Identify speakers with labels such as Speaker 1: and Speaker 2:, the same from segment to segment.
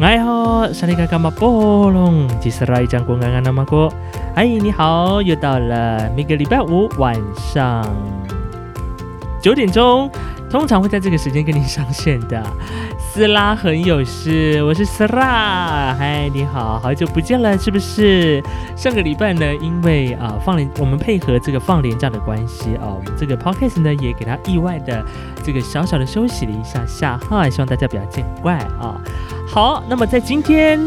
Speaker 1: 哎吼，沙利嘎嘎嘛波隆，吉斯拉一张光刚刚那么过。哎，你好，又到了每个礼拜五晚上九点钟，通常会在这个时间跟你上线的。斯拉很有事，我是斯拉。嗨，你好，好久不见了，是不是？上个礼拜呢，因为啊、放年，我们配合这个放年假的关系啊、我们这个 podcast 呢也给它意外的这个小小的休息了一下下哈，希望大家不要见怪啊、好，那么在今天，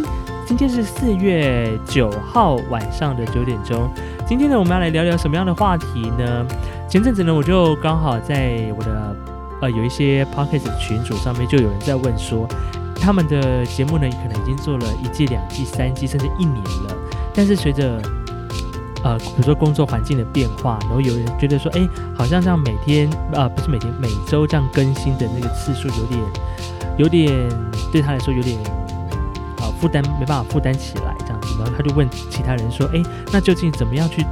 Speaker 1: 今天是四月九号晚上的九点钟。今天呢，我们要来聊聊什么样的话题呢？前阵子呢，我就刚好在我的呃有一些 podcast 群组上面，就有人在问说，他们的节目呢，可能已经做了一季、两季、三季，甚至一年了，但是随着呃，比如说工作环境的变化，然后有人觉得说，哎，好像像每天呃，不是每天，每周这样更新的那个次数有点有点对他来说有点啊负担，没办法负担起来这样子。然后他就问其他人说：“哎，那究竟怎么样去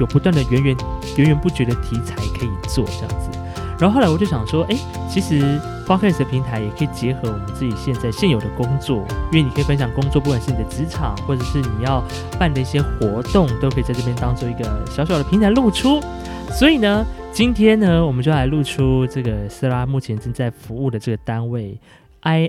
Speaker 1: 有不断的源源源源不绝的题材可以做这样子？”然后后来我就想说，哎，其实 podcast 的平台也可以结合我们自己现在现有的工作，因为你可以分享工作，不管是你的职场，或者是你要办的一些活动，都可以在这边当做一个小小的平台露出。所以呢，今天呢，我们就来露出这个斯拉目前正在服务的这个单位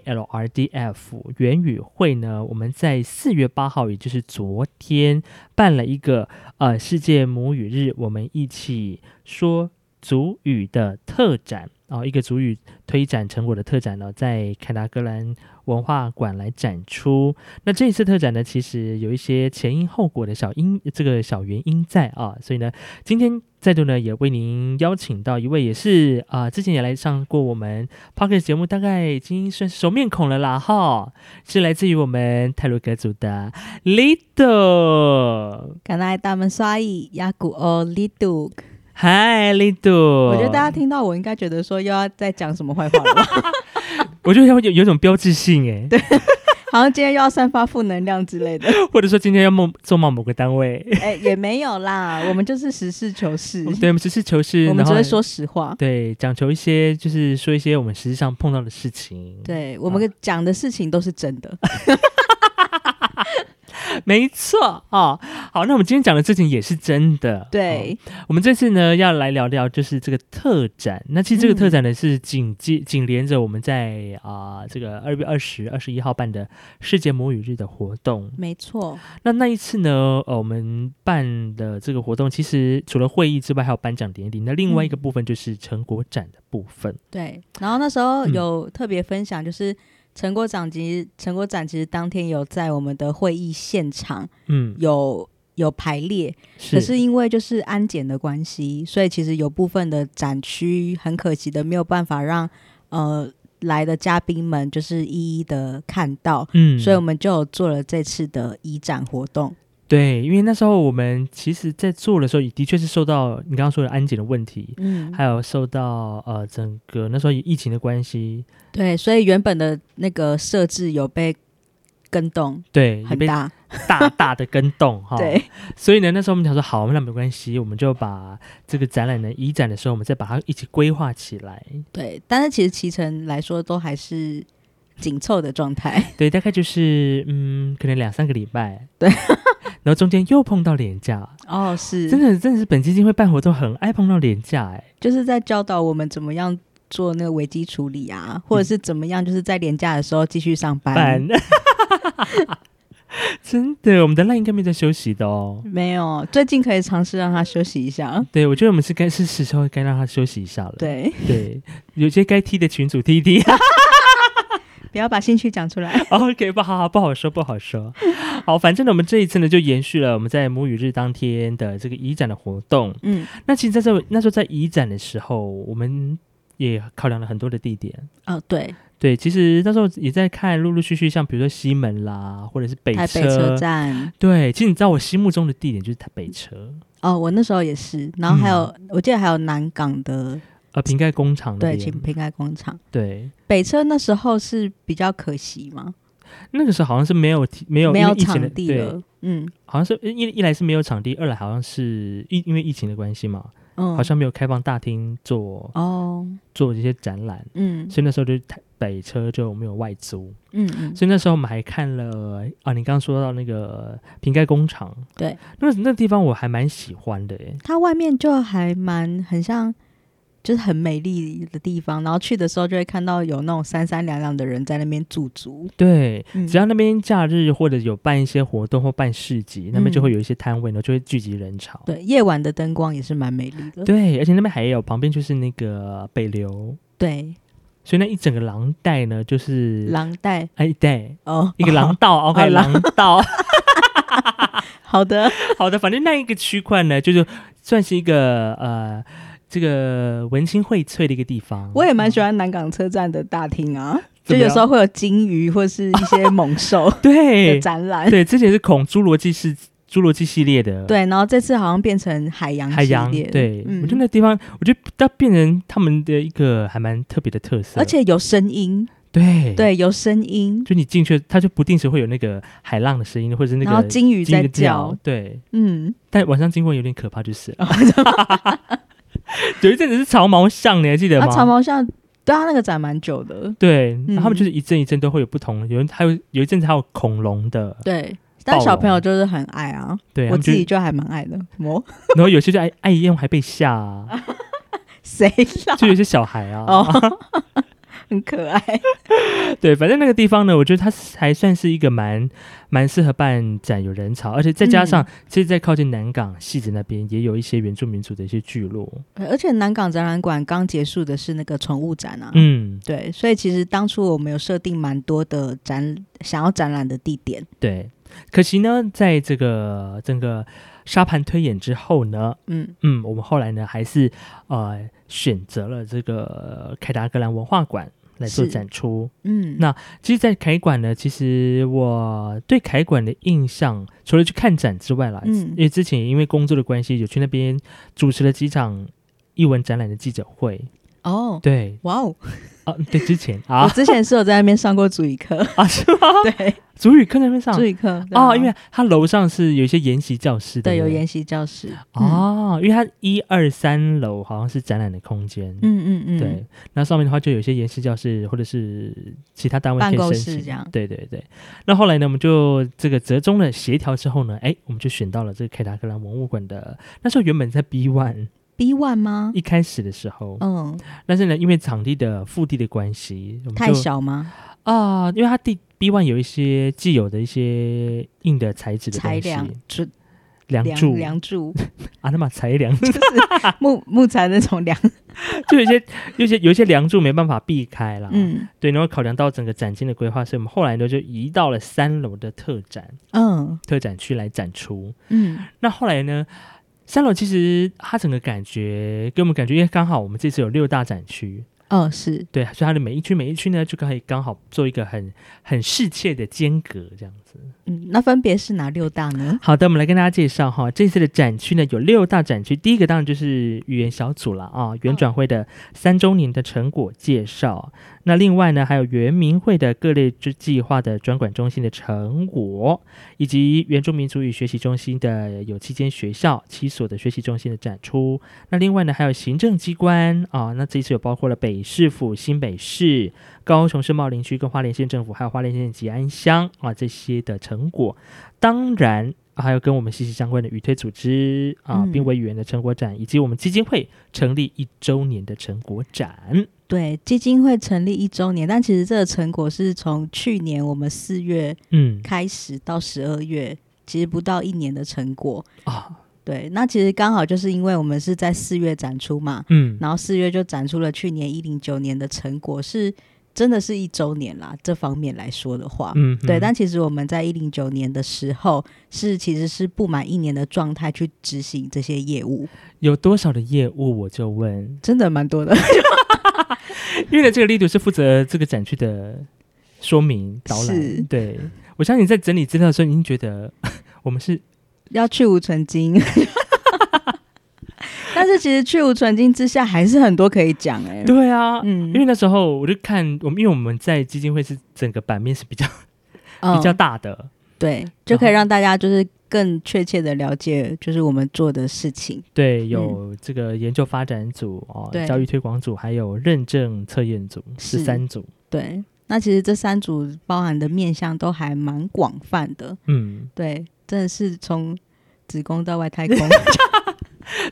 Speaker 1: ILRDF 元语会呢，我们在四月八号，也就是昨天，办了一个呃世界母语日，我们一起说族语的特展啊、一个族语推展成果的特展呢、在凯达格兰文化馆来展出。那这一次特展呢，其实有一些前因后果的小因，这个小原因在啊，所以呢，今天再度呢也为您邀请到一位也是啊、之前也来上过我们 p o c k e t 节目，大概已经算是熟面孔了啦哈，是来自于我们泰鲁格族的 Lido。
Speaker 2: 敢来大门刷一雅古哦里杜，
Speaker 1: 嗨，Lido，我
Speaker 2: 我觉得大家听到我应该觉得说又要再讲什么坏话 了吧，
Speaker 1: 我觉得会有有一种标志性哎，对，
Speaker 2: 好像今天又要散发负能量之类的。
Speaker 1: 或者说今天要梦做梦某个单位，
Speaker 2: 哎、也没有啦，我们就是实事 求是，
Speaker 1: 对，我们实事求是，
Speaker 2: 嗯我
Speaker 1: 嗯
Speaker 2: 们
Speaker 1: 然
Speaker 2: 只
Speaker 1: 后
Speaker 2: 会说实话。
Speaker 1: 对，讲求一些就是说一些我们实际上碰到的事情，，
Speaker 2: 对我们讲的事情都是真 的，
Speaker 1: 没错哦。好，那我们今天讲的事情也是真的，哦
Speaker 2: 对，
Speaker 1: 我们这次呢要来聊聊，就是这个特展。那其实这个
Speaker 2: 嗯
Speaker 1: 特展呢是紧接紧连着我们在啊、这个二月二十、二十一号办的世界母语日的活动。
Speaker 2: 没错，
Speaker 1: 那那一次呢，呃，我们办的这个活动，其实除了会议之外，还有颁奖典礼。那另外一个部分就是成果展的部分。
Speaker 2: 对。然后那时候
Speaker 1: 嗯
Speaker 2: 有特别分享，就是陈果长其实陈果展其实当天有在我们的会议现场
Speaker 1: 嗯，
Speaker 2: 有有排列，
Speaker 1: 是
Speaker 2: 可是因为就是安检的关系，所以其实有部分的展区很可惜的没有办法让呃来的嘉宾们就是一一的看到，
Speaker 1: 嗯，
Speaker 2: 所以我们就有做了这次的移展活动。
Speaker 1: 对，因为那时候我们其实，在做的时候，也的确是受到你刚刚说的安检的问题，
Speaker 2: 嗯，
Speaker 1: 还有受到呃整个那时候疫情的关系，
Speaker 2: 对，所以原本的那个设置有被跟动
Speaker 1: 对，也
Speaker 2: 很
Speaker 1: 被
Speaker 2: 大，
Speaker 1: 大大的跟动哈。
Speaker 2: 对，
Speaker 1: 所以呢，那时候我们想说，好，那没关系，我们就把这个展览呢移展的时候，我们再把它一起规划起来。
Speaker 2: 对。但是其实骑乘来说都还是紧凑的状态，
Speaker 1: 对，大概就是嗯，可能两三个礼 拜。
Speaker 2: 对，
Speaker 1: 然后中间又碰到廉价，
Speaker 2: 哦，是，
Speaker 1: 真的真的是本基金会办活动很爱碰到廉价哎、
Speaker 2: 就是在教导我们怎么样做那个危机处理啊，或者
Speaker 1: 嗯
Speaker 2: 是怎么样，就是在廉价的时候继续上班。
Speaker 1: 办。 真的，我们的烂应该没在休息的哦。
Speaker 2: 没有，最近可以尝试让他休息一下。
Speaker 1: 对，我觉得我们是该是是时候该让他休息一下了。
Speaker 2: 对，
Speaker 1: 对，有些该踢的群主踢一踢。
Speaker 2: 不要把兴趣讲 出来。
Speaker 1: OK，不好好不好说，不好说。好，反正呢，我们这一次呢，就延续了我们在母语日当天的这个移展的活动。
Speaker 2: 嗯，
Speaker 1: 那其实在这那时候在移展的时候，我们也考量了很多的地点。
Speaker 2: 哦，对，
Speaker 1: 对，其实那时候也在看，陆陆续续像比如说西门啦，或者是北
Speaker 2: 台北车站。
Speaker 1: 对，其实你知道我心目中的地点就是台北车，
Speaker 2: 哦，我那时候也是，然后还有，我记得还有南港的
Speaker 1: 呃，瓶盖工厂嗯那
Speaker 2: 对，
Speaker 1: 边。
Speaker 2: 请平盖工厂。
Speaker 1: 对，
Speaker 2: 北车那时候是比较可惜嘛，
Speaker 1: 那个时候好像是没有提没有
Speaker 2: 没
Speaker 1: 因为
Speaker 2: 有
Speaker 1: 疫情
Speaker 2: 场
Speaker 1: 的
Speaker 2: 地
Speaker 1: 对
Speaker 2: 了。嗯，
Speaker 1: 好像是一一来是没有场地，二来好像是一因为疫情的关系嘛，
Speaker 2: 嗯，
Speaker 1: 好像没有开放大厅做
Speaker 2: 哦，
Speaker 1: 做这些展览，
Speaker 2: 嗯
Speaker 1: 所以那时候就台北车就没有外租，
Speaker 2: 嗯嗯，
Speaker 1: 所以那时候我们还看了啊，你刚刚说到那个瓶盖工厂，
Speaker 2: 对，
Speaker 1: 那那地方我还蛮喜欢的耶，
Speaker 2: 它外面就还蛮很像，就是很美丽的地方。然后去的时候就会看到有那种三三两两的人在那边驻足，
Speaker 1: 对，
Speaker 2: 嗯
Speaker 1: 只要那边假日或者有办一些活动或办市集，那边就
Speaker 2: 嗯
Speaker 1: 会有一些摊位呢，就会聚集人潮。
Speaker 2: 对夜晚的灯光也是蛮美丽的。
Speaker 1: 对，而且那边还有旁边就是那个北流，
Speaker 2: 对，
Speaker 1: 所以那一整个廊带呢，就是
Speaker 2: 狼带
Speaker 1: 哎对，
Speaker 2: 哦，
Speaker 1: 一个廊道、o
Speaker 2: 啊
Speaker 1: k
Speaker 2: 廊
Speaker 1: 廊道。
Speaker 2: 好的，
Speaker 1: 好的，反正那一个区块呢，就是算是一个呃。这个文青荟萃的一个地方，
Speaker 2: 我也蛮喜欢南港车站的大厅啊，就
Speaker 1: 怎么
Speaker 2: 有
Speaker 1: 样
Speaker 2: 时候会有金鱼或是一些猛 兽的
Speaker 1: 对
Speaker 2: 展览。
Speaker 1: 对，之前是恐侏罗纪是侏罗纪系列的，
Speaker 2: 对，然后这次好像变成海洋
Speaker 1: 海洋，
Speaker 2: 系列
Speaker 1: 对、
Speaker 2: 嗯
Speaker 1: 我觉得那地方，我觉得它变成他们的一个还蛮特别的特色，
Speaker 2: 而且有声音，
Speaker 1: 对，
Speaker 2: 对，有声音，
Speaker 1: 就你进去，它就不定时会有那个海浪的声音，或者是那
Speaker 2: 然后
Speaker 1: 个
Speaker 2: 金鱼
Speaker 1: 鲸
Speaker 2: 在
Speaker 1: 的
Speaker 2: 叫，
Speaker 1: 叫，对。
Speaker 2: 嗯，
Speaker 1: 但晚上经过有点可怕，就是 了。有一阵子是长毛象，你还记得
Speaker 2: 啊，
Speaker 1: 吗？
Speaker 2: 长毛象，对啊它那个展蛮久的，
Speaker 1: 对，
Speaker 2: 嗯
Speaker 1: 他们就是一阵一阵都会有不同的，有人还有有一阵子还有恐龙的，
Speaker 2: 对，但
Speaker 1: 暴
Speaker 2: 小朋友
Speaker 1: 龙
Speaker 2: 就是很爱啊，
Speaker 1: 对，
Speaker 2: 我
Speaker 1: 他们就
Speaker 2: 自己就还蛮爱的。 么？
Speaker 1: 然后有些就爱爱用还被吓、啊，
Speaker 2: 谁啦？
Speaker 1: 就有些小孩啊，
Speaker 2: 哦， 很可爱。
Speaker 1: 对，反正那个地方呢，我觉得它还算是一个蛮蛮适合办展，有人潮，而且再加上，
Speaker 2: 嗯
Speaker 1: 其实，在靠近南港戏子那边也有一些原住民族的一些聚落，
Speaker 2: 而且南港展览馆刚结束的是那个宠物展啊，
Speaker 1: 嗯，
Speaker 2: 对，所以其实当初我们有设定蛮多的展想要展览的地点，
Speaker 1: 对。可惜呢，在这个整个沙盘推演之后呢，
Speaker 2: 嗯
Speaker 1: 嗯，我们后来呢还是呃选择了这个呃凯达格兰文化馆来做
Speaker 2: 是
Speaker 1: 展出。
Speaker 2: 嗯，
Speaker 1: 那其实，在凯馆呢，其实我对凯馆的印象，除了去看展之外啦，
Speaker 2: 嗯
Speaker 1: 因为之前也因为工作的关系，有去那边主持了几场艺文展览的记者会。
Speaker 2: 哦，
Speaker 1: 对，
Speaker 2: 哇哦，
Speaker 1: 啊，对，之前
Speaker 2: 我
Speaker 1: 啊
Speaker 2: 之前是有在那边上过主语 课，
Speaker 1: 啊是吗？
Speaker 2: 对，
Speaker 1: 主语课那边上
Speaker 2: 主语课对啊
Speaker 1: 哦，因为他楼上是有一些研习教室的，
Speaker 2: 对有嗯
Speaker 1: 不
Speaker 2: 研习教室，
Speaker 1: 哦，因为它一二三楼好像是展览的空间。
Speaker 2: 嗯嗯嗯，
Speaker 1: 对，那上面的话就有一些研习教室或者是其他单位
Speaker 2: 办
Speaker 1: 可以
Speaker 2: 公
Speaker 1: 申
Speaker 2: 室
Speaker 1: 请
Speaker 2: 这样
Speaker 1: 对对对。那后来呢，我们就这个折中了协调之后呢，哎，我们就选到了这个凯达格兰文物馆的。那时候原本在 B One
Speaker 2: ，B one 吗？
Speaker 1: 一开始的时候，
Speaker 2: 嗯，
Speaker 1: 但是呢，因为场地的腹地的关系，我们
Speaker 2: 太
Speaker 1: 就
Speaker 2: 小吗？
Speaker 1: 啊、因为它第 B One 有一些既有的一些硬的材质的
Speaker 2: 裁
Speaker 1: 东西，
Speaker 2: 量柱，
Speaker 1: 梁
Speaker 2: 梁
Speaker 1: 柱
Speaker 2: 梁柱，
Speaker 1: 啊，那么裁梁，
Speaker 2: 木木材那种梁，
Speaker 1: 就有一些有一些有一些梁柱没办法避开啦。
Speaker 2: 嗯
Speaker 1: 对，然后考量到整个展厅的规划，所以我们后来呢就移到了三楼的特展
Speaker 2: 嗯
Speaker 1: 特展区来展出。
Speaker 2: 嗯，
Speaker 1: 那后来呢，三楼其实它整个感觉给我们感觉，因为刚好我们这次有六大展区，
Speaker 2: 哦是，
Speaker 1: 对，所以它的每一区每一区呢就可以刚好做一个很很适切的间隔这样子。
Speaker 2: 嗯，那分别是哪六大呢？
Speaker 1: 好的，我们来跟大家介绍哈，这次的展区呢有六大展区，第一个当然就是语言小组了啊，原转会的三周年的成果介绍。那另外呢，还有原民会的各类之计划的专管中心的成果，以及原住民族语学习中心的有七间学校七所的学习中心的展出。那另外呢，还有行政机关啊，那这一次有包括了北市府、新北市、高雄市茂林区跟花莲县政府，还有花莲县吉安乡啊这些的成果。当然。还有跟我们息息相关的语推组织啊，
Speaker 2: 嗯
Speaker 1: 濒危语言的成果展，以及我们基金会成立一周年的成果展。
Speaker 2: 对，基金会成立一周年，但其实这个成果是从去年我们四月
Speaker 1: 嗯
Speaker 2: 开始到十二月，其实不到一年的成果。
Speaker 1: 啊，
Speaker 2: 对，那其实刚好就是因为我们是在四月展出嘛，
Speaker 1: 嗯，
Speaker 2: 然后四月就展出了去年一零九年的成果，是真的是一周年啦。这方面来说的话，
Speaker 1: 嗯哼，
Speaker 2: 对，但其实我们在一零九年的时候是其实是不满一年的状态去执行这些业务，
Speaker 1: 有多少的业务我就问，
Speaker 2: 真的蛮多的。
Speaker 1: 因为呢，这个力度是负责这个展区的说明导
Speaker 2: 是
Speaker 1: 览。对，我相信在整理资料的时候，已经觉得 我们是
Speaker 2: 要去无存金。 但是其实去无存金之下，还是很多可以讲哎、
Speaker 1: 对啊。
Speaker 2: 嗯
Speaker 1: 因为那时候我就看我们，因为我们在基金会是整个版面是比较、比较
Speaker 2: 嗯
Speaker 1: 大的，
Speaker 2: 对，就可以让大家就是更确切的了解，就是我们做的事情。
Speaker 1: 对，有这个研究发展组哦，
Speaker 2: 嗯对
Speaker 1: 教育推广组，还有认证测验组，
Speaker 2: 是
Speaker 1: 十三组。
Speaker 2: 对，那其实这三组包含的面向都还蛮广泛的，
Speaker 1: 嗯，
Speaker 2: 对，真的是从子宫到外太空，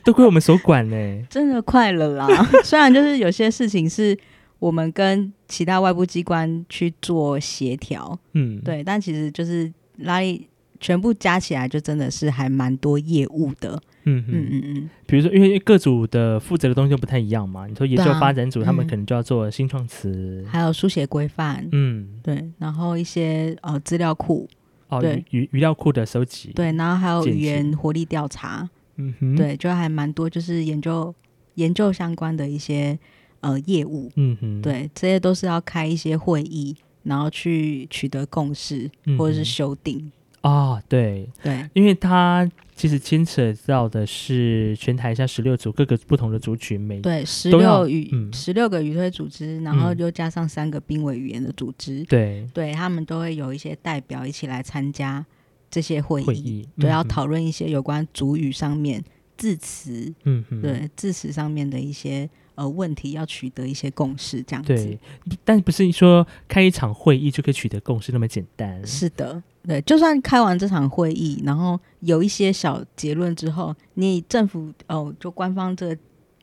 Speaker 1: 都归我们所管呢、
Speaker 2: 真的快了 啦。虽然就是有些事情是我们跟其他外部机关去做协调，
Speaker 1: 嗯，，
Speaker 2: 对，但其实就是拉力全部加起来，就真的是还蛮多业务的。
Speaker 1: 嗯
Speaker 2: 嗯
Speaker 1: 嗯。
Speaker 2: 嗯嗯，
Speaker 1: 比如说，因为各组的负责的东西都不太一样嘛。你说研究
Speaker 2: 对啊
Speaker 1: 发展组，他们
Speaker 2: 嗯
Speaker 1: 可能就要做新创词，
Speaker 2: 还有书写规范，
Speaker 1: 嗯，
Speaker 2: 对，然后一些呃资料库，
Speaker 1: 哦，
Speaker 2: 对
Speaker 1: 语语语料库的收集，，
Speaker 2: 对，然后还有
Speaker 1: 健
Speaker 2: 语
Speaker 1: 全
Speaker 2: 言活力调查，
Speaker 1: 嗯哼，，
Speaker 2: 对，就还蛮多，就是研究研究相关的一些呃业务，
Speaker 1: 嗯哼，，
Speaker 2: 对，这些都是要开一些会议，然后去取得共识
Speaker 1: 嗯哼
Speaker 2: 或者是修订，
Speaker 1: 哦，对，
Speaker 2: 对，
Speaker 1: 因为它其实牵扯到的是全台下十六组各个不同的族群，每
Speaker 2: 对，十
Speaker 1: 都要
Speaker 2: 六语
Speaker 1: 嗯
Speaker 2: 十六个语推组织，然后
Speaker 1: 嗯
Speaker 2: 又加上三个濒危语言的组织，
Speaker 1: 对
Speaker 2: 对他们都会有一些代表一起来参加这些会
Speaker 1: 会
Speaker 2: 议，
Speaker 1: 议
Speaker 2: 对，要，
Speaker 1: 嗯
Speaker 2: 讨论一些有关主语上面字词，
Speaker 1: 嗯哼，
Speaker 2: 对字词上面的一些呃问题，要取得一些共识，这样子。
Speaker 1: 对，
Speaker 2: 嗯
Speaker 1: 但不是说开一场会议就可以取得共识那么简单，
Speaker 2: 是的，对，就算开完这场会议，然后有一些小结论之后，你政府哦、就官方这个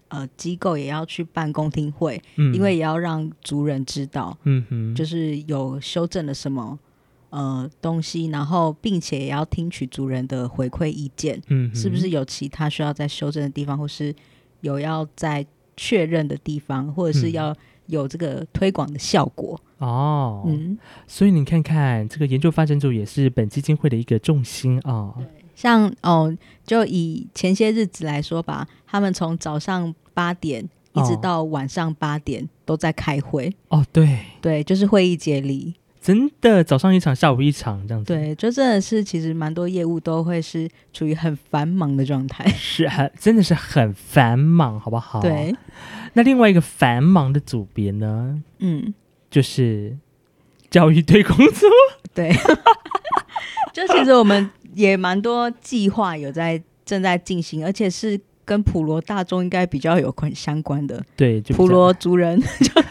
Speaker 2: 呃机构也要去办公听会，
Speaker 1: 嗯，
Speaker 2: 因为也要让族人知道，
Speaker 1: 嗯哼，
Speaker 2: 就是是有修正了什么呃东西，然后并且也要听取族人的回馈意见，
Speaker 1: 嗯哼，
Speaker 2: 是不是有其他需要再修正的地方，或是有要再确认的地方，或者是
Speaker 1: 嗯
Speaker 2: 要有这个推广的效果？
Speaker 1: 哦？
Speaker 2: 嗯。
Speaker 1: 所以你看看这个研究发展组也是本基金会的一个重心啊、
Speaker 2: 像哦，就以前些日子来说吧，他们从早上八点一直
Speaker 1: 哦
Speaker 2: 到晚上八点都在开会，
Speaker 1: 哦，对，
Speaker 2: 对，就是会议接力，
Speaker 1: 真的早上一场，下午一场这样子，，
Speaker 2: 对，就真的是其实蛮多业务都会是处于很繁忙的状态，
Speaker 1: 是很真的是很繁忙，好不好？。
Speaker 2: 对，
Speaker 1: 那另外一个繁忙的组别呢，
Speaker 2: 嗯，
Speaker 1: 就是教育推广 组。
Speaker 2: 对，就其实我们也蛮多计划有在正在进行，而且是跟普罗大众应该比较有关相关的，
Speaker 1: 对，就比较
Speaker 2: 普罗族人， 就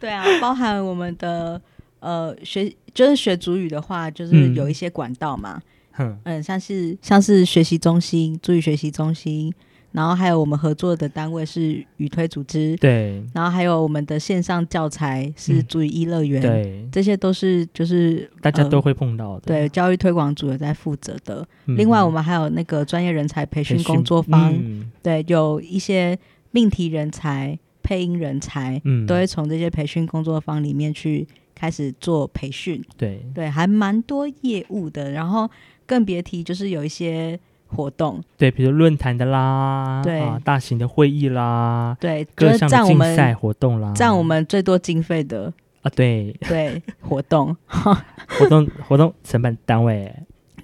Speaker 2: 对啊，包含我们的呃学，就是学族语的话，就是
Speaker 1: 嗯
Speaker 2: 有一些管道嘛，
Speaker 1: 哼
Speaker 2: 嗯，像是像是学习中心、族语学习中心，然后还有我们合作的单位是语推组织，
Speaker 1: 对
Speaker 2: 然后还有我们的线上教材是
Speaker 1: 嗯
Speaker 2: 族语一乐园，
Speaker 1: 对，
Speaker 2: 这些都是就是
Speaker 1: 大家
Speaker 2: 呃
Speaker 1: 都会碰到的。
Speaker 2: 对教育推广组有在负责的。
Speaker 1: 嗯
Speaker 2: 另外，我们还有那个专业人才培训工作坊，
Speaker 1: 嗯
Speaker 2: 对，有一些命题人才、配音人才，
Speaker 1: 嗯，
Speaker 2: 都会从这些培训工作坊里面去开始做培训，
Speaker 1: 对
Speaker 2: 对，还蛮多业务的。然后更别提就是有一些活动，
Speaker 1: 对，比如论坛的啦，
Speaker 2: 对
Speaker 1: 啊，大型的会议啦，
Speaker 2: 对，就
Speaker 1: 各
Speaker 2: 是
Speaker 1: 项
Speaker 2: 占
Speaker 1: 的
Speaker 2: 我
Speaker 1: 竞
Speaker 2: 们
Speaker 1: 赛活嗯动啦，
Speaker 2: 占我们最多经费的
Speaker 1: 啊，对
Speaker 2: 对活动，
Speaker 1: 活动活动承办单位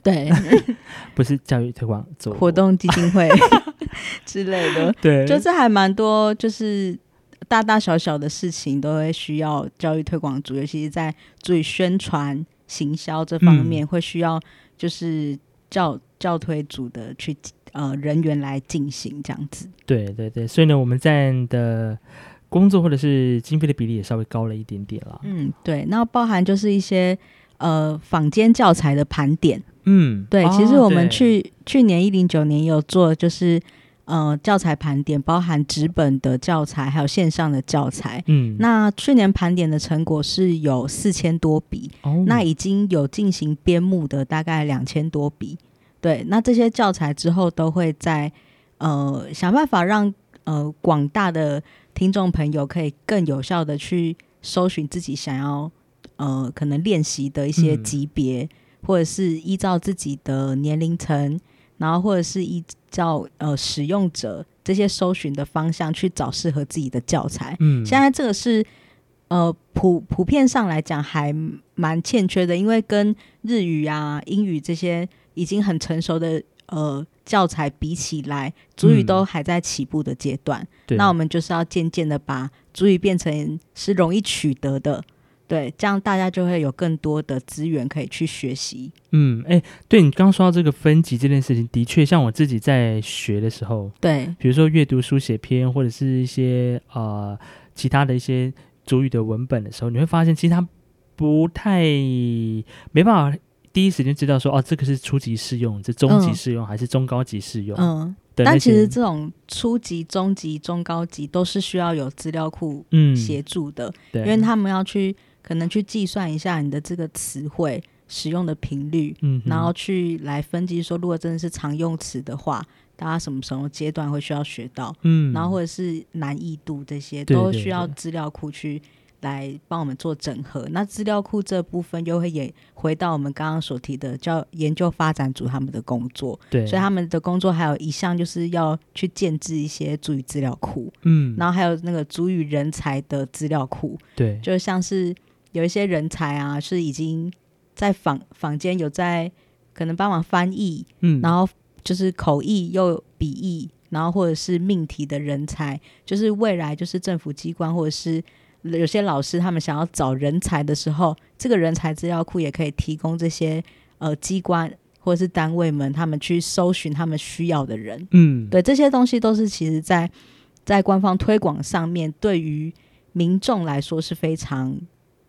Speaker 2: 对
Speaker 1: 不是教育推广组
Speaker 2: 活，动基金会之类 的，
Speaker 1: 对，
Speaker 2: 就这还蛮多，就是。大大小小的事情都会需要教育推广组，尤其是在注意宣传、行销这
Speaker 1: 嗯
Speaker 2: 方面，会需要就是教教推组的去呃人员来进行这样子。
Speaker 1: 对对对，所以呢，我们占的工作或者是经费的比例也稍微高了一点点啦。
Speaker 2: 嗯，对。那包含就是一些呃坊间教材的盘点。
Speaker 1: 嗯，
Speaker 2: 对，
Speaker 1: 哦
Speaker 2: 其实我们
Speaker 1: 对
Speaker 2: 去去年一零九年也有做，就是呃教材盘点，包含纸本的教材，还有线上的教材。
Speaker 1: 嗯，
Speaker 2: 那去年盘点的成果是有四千多笔，
Speaker 1: 哦
Speaker 2: 那已经有进行编目的大概两千多笔。对，那这些教材之后都会在呃想办法让呃广大的听众朋友可以更有效的去搜寻自己想要呃可能练习的一些
Speaker 1: 嗯
Speaker 2: 级别，或者是依照自己的年龄层，然后或者是依照呃使用者这些搜寻的方向去找适合自己的教材。
Speaker 1: 嗯，
Speaker 2: 现在这个是呃普普遍上来讲还蛮欠缺的，因为跟日语啊、英语这些已经很成熟的呃教材比起来，主语
Speaker 1: 嗯
Speaker 2: 都还在起步的阶段。
Speaker 1: 对
Speaker 2: 那我们就是要渐渐的把主语变成是容易取得的。对，这样大家就会有更多的资源可以去学习。
Speaker 1: 嗯，哎、对你刚刚说到这个分级这件事情，的确，像我自己在学的时候，
Speaker 2: 对，
Speaker 1: 比如说阅读书写篇或者是一些呃其他的一些主语的文本的时候，你会发现其实它不太没办法第一时间知道说哦，这个是初级适用，这中级
Speaker 2: 嗯
Speaker 1: 适用、还是中高级适用
Speaker 2: 嗯，
Speaker 1: 的那
Speaker 2: 但其
Speaker 1: 些
Speaker 2: 实这种初级、中级、中高级都是需要有资料库
Speaker 1: 嗯，
Speaker 2: 协助的，
Speaker 1: 对，
Speaker 2: 因为他们要去可能去计算一下你的这个词汇使用的频率，
Speaker 1: 嗯哼，
Speaker 2: 然后去来分析说，如果真的是常用词的话，大家什么什么阶段会需要学到，
Speaker 1: 嗯，
Speaker 2: 然后或者是难易度这些
Speaker 1: 对
Speaker 2: 都
Speaker 1: 对
Speaker 2: 需要
Speaker 1: 对
Speaker 2: 资料库去。来帮我们做整合，那资料库这部分又会也回到我们刚刚所提的，叫研究发展组他们的工作，
Speaker 1: 对，
Speaker 2: 所以他们的工作还有一项就是要去建制一些主语资料库，
Speaker 1: 嗯，
Speaker 2: 然后还有那个主语人才的资料库，
Speaker 1: 对，
Speaker 2: 就像是有一些人才啊，是已经在坊坊间有在可能帮忙翻译，
Speaker 1: 嗯，
Speaker 2: 然后就是口译又笔译，然后或者是命题的人才，就是未来就是政府机关或者是。有些老师他们想要找人才的时候，这个人才资料库也可以提供这些呃机关或者是单位们，他们去搜寻他们需要的人。
Speaker 1: 嗯，
Speaker 2: 对，这些东西都是其实在在官方推广上面，对于民众来说是非常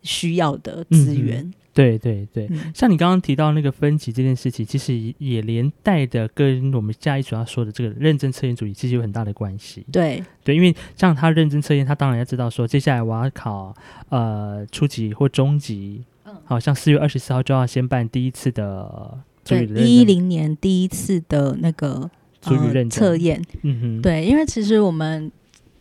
Speaker 2: 需要的
Speaker 1: 嗯
Speaker 2: 资源。
Speaker 1: 对对对，
Speaker 2: 嗯
Speaker 1: 像你刚刚提到那个分级这件事情，其实也也连带的跟我们下一组要说的这个认真测验主义其实有很大的关系。
Speaker 2: 对
Speaker 1: 对，因为像他认真测验，他当然要知道说，接下来我要考呃初级或中级，
Speaker 2: 嗯
Speaker 1: 好像四月二十四号就要先办第一次的主语
Speaker 2: 对，
Speaker 1: 的认
Speaker 2: 一
Speaker 1: 证，
Speaker 2: 零年第一次的那个
Speaker 1: 主语认
Speaker 2: 呃、测
Speaker 1: 证，
Speaker 2: 验，
Speaker 1: 嗯哼，，
Speaker 2: 对，因为其实我们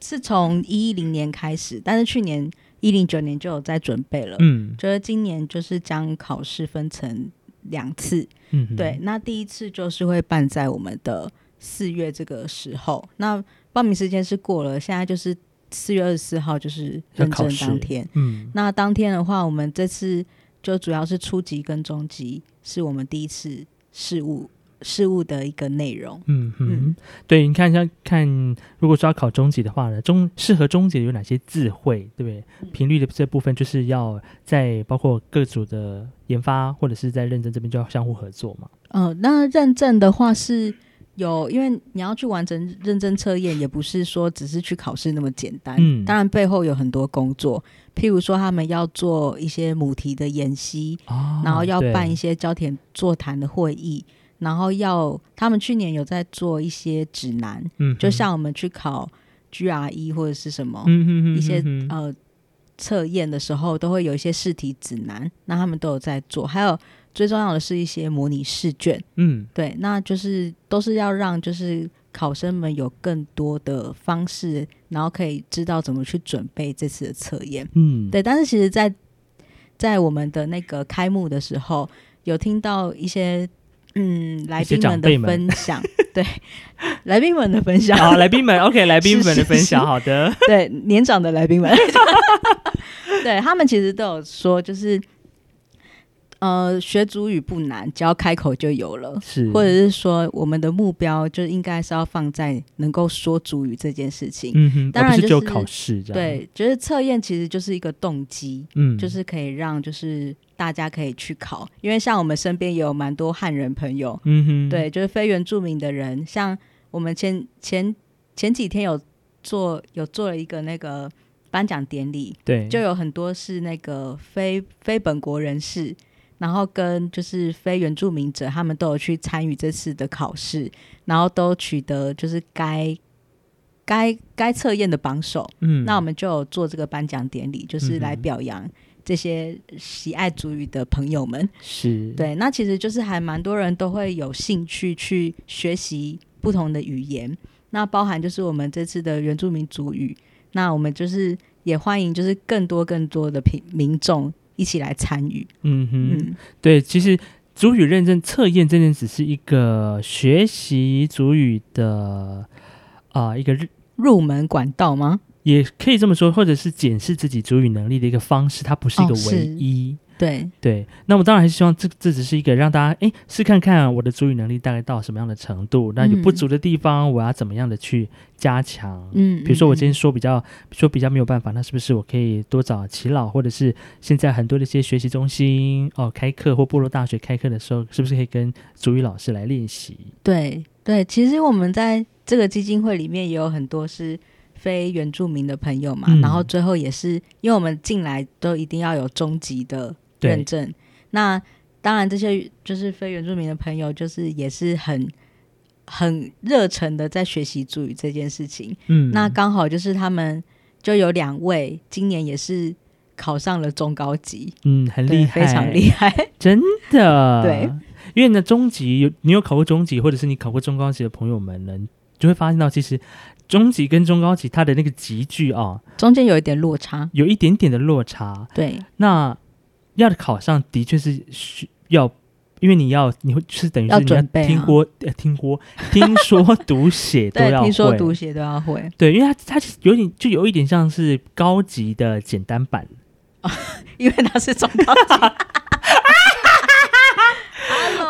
Speaker 2: 是从一零年开始，但是去年一零九年就有在准备了，
Speaker 1: 嗯
Speaker 2: 觉得今年就是将考试分成两次，
Speaker 1: 嗯哼，
Speaker 2: 对，那第一次就是会办在我们的四月这个时候，那报名时间是过了，现在就是四月二十四号就是
Speaker 1: 要
Speaker 2: 认
Speaker 1: 考
Speaker 2: 证
Speaker 1: 试
Speaker 2: 当天。
Speaker 1: 嗯
Speaker 2: 那当天的话，我们这次就主要是初级跟中级是我们第一次事务事务的一个内容。
Speaker 1: 嗯哼
Speaker 2: 嗯，
Speaker 1: 对，你看像看，如果说要考中级的话呢，中适合中级的有哪些智慧，对不对？
Speaker 2: 嗯
Speaker 1: 频率的这部分就是要在包括各组的研发或者是在认真这边就要相互合作嘛。
Speaker 2: 呃，那认证的话是有，因为你要去完成认证测验，也不是说只是去考试那么简单。
Speaker 1: 嗯
Speaker 2: 当然背后有很多工作，譬如说他们要做一些母题的研析，
Speaker 1: 哦
Speaker 2: 然后要办一
Speaker 1: 些，
Speaker 2: 些交田座谈的会议，然后要他们去年有在做一些指南，
Speaker 1: 嗯哼，
Speaker 2: 就像我们去考 GRE 或者是什么、
Speaker 1: 嗯哼哼
Speaker 2: 一些
Speaker 1: 哼哼
Speaker 2: 呃测验的时候，都会有一些试题指南，那他们都有在做，还有最重要的是一些模拟试卷，
Speaker 1: 嗯
Speaker 2: 对，那就是都是要让就是。考生们有更多的方式，然后可以知道怎么去准备这次的测验。
Speaker 1: 嗯，
Speaker 2: 对，但是其实在，在我们的那个开幕的时候，有听到一些嗯来
Speaker 1: 一些
Speaker 2: 宾
Speaker 1: 长
Speaker 2: 们
Speaker 1: 辈
Speaker 2: 的
Speaker 1: 们
Speaker 2: 分享， 对来宾们的分享，
Speaker 1: 好，来宾们，OK，来 宾们的
Speaker 2: 是
Speaker 1: 分享，
Speaker 2: 是
Speaker 1: 好的，
Speaker 2: 对年长的来宾们， 对他们其实都有说，就是呃学主语不难，只要开口就有了。
Speaker 1: 是，
Speaker 2: 或者是说，我们的目标就应该是要放在能够说主语这件事情。
Speaker 1: 嗯啊哼，
Speaker 2: 当
Speaker 1: 而
Speaker 2: 然
Speaker 1: 不是只有
Speaker 2: 就是
Speaker 1: 考试这样，，
Speaker 2: 对，就是测验其实就是一个动机，
Speaker 1: 嗯，
Speaker 2: 就是可以让就是大家可以去考，因为像我们身边也有蛮多汉人朋友，
Speaker 1: 嗯哼，
Speaker 2: 对，就是非原住民的人，像我们前前前几天有做有做了一个那个颁奖典礼，
Speaker 1: 对，
Speaker 2: 就有很多是那个非非本国人士。然后跟就是非原住民者，他们都有去参与这次的考试，然后都取得就是该该该测验的榜首。
Speaker 1: 嗯，
Speaker 2: 那我们就有做这个颁奖典礼，就是来表扬这些喜爱主语的朋友
Speaker 1: 嗯
Speaker 2: 们。
Speaker 1: 是，，
Speaker 2: 对，那其实就是还蛮多人都会有兴趣去学习不同的语言，那包含就是我们这次的原住民族语，那我们就是也欢迎就是更多更多的民民众一起来参与。
Speaker 1: 嗯哼，
Speaker 2: 嗯，
Speaker 1: 对，其实主语认证测验这件只是一个学习主语的啊、一个日
Speaker 2: 入门管道吗？
Speaker 1: 也可以这么说，或者是检视自己主语能力的一个方式，它不是一个
Speaker 2: 哦是
Speaker 1: 唯一。
Speaker 2: 对，
Speaker 1: 对，那我当然还是希望这这只是一个让大家诶试看看我的主语能力大概到什么样的程度，那有不
Speaker 2: 嗯
Speaker 1: 足的地方我要怎么样的去加强。
Speaker 2: 嗯，
Speaker 1: 比如说我今天
Speaker 2: 嗯
Speaker 1: 说比较说比较没有办法，那是不是我可以多找耆老，或者是现在很多的一些学习中心哦开课或部落大学开课的时候，是不是可以跟主语老师来练习？
Speaker 2: 对对，其实我们在这个基金会里面也有很多是非原住民的朋友嘛，
Speaker 1: 嗯
Speaker 2: 然后最后也是因为我们进来都一定要有中级的认
Speaker 1: 对，
Speaker 2: 证，那当然这些就是非原住民的朋友，就是也是很。很热忱的在学习主语这件事情，
Speaker 1: 嗯，
Speaker 2: 那刚好就是他们就有两位今年也是考上了中高级，
Speaker 1: 嗯很
Speaker 2: 对
Speaker 1: 厉害，
Speaker 2: 非常厉害。
Speaker 1: 真的，
Speaker 2: 对，
Speaker 1: 因为呢，中级有你有考过中级，或者是你考过中高级的朋友们呢，你就会发现到其实中级跟中高级它的那个级距啊、
Speaker 2: 中间有一点落差，
Speaker 1: 有一点点的落差。
Speaker 2: 对
Speaker 1: 那要考上的确是需要，因为你要你会是等于
Speaker 2: 要
Speaker 1: 是你要
Speaker 2: 准备啊
Speaker 1: 听过、呃、听过听说读写都
Speaker 2: 对
Speaker 1: 要，会，
Speaker 2: 听说读写都要会，
Speaker 1: 对，因为它它其实有点就有一点像是高级的简单版，
Speaker 2: 因为他是中 高级。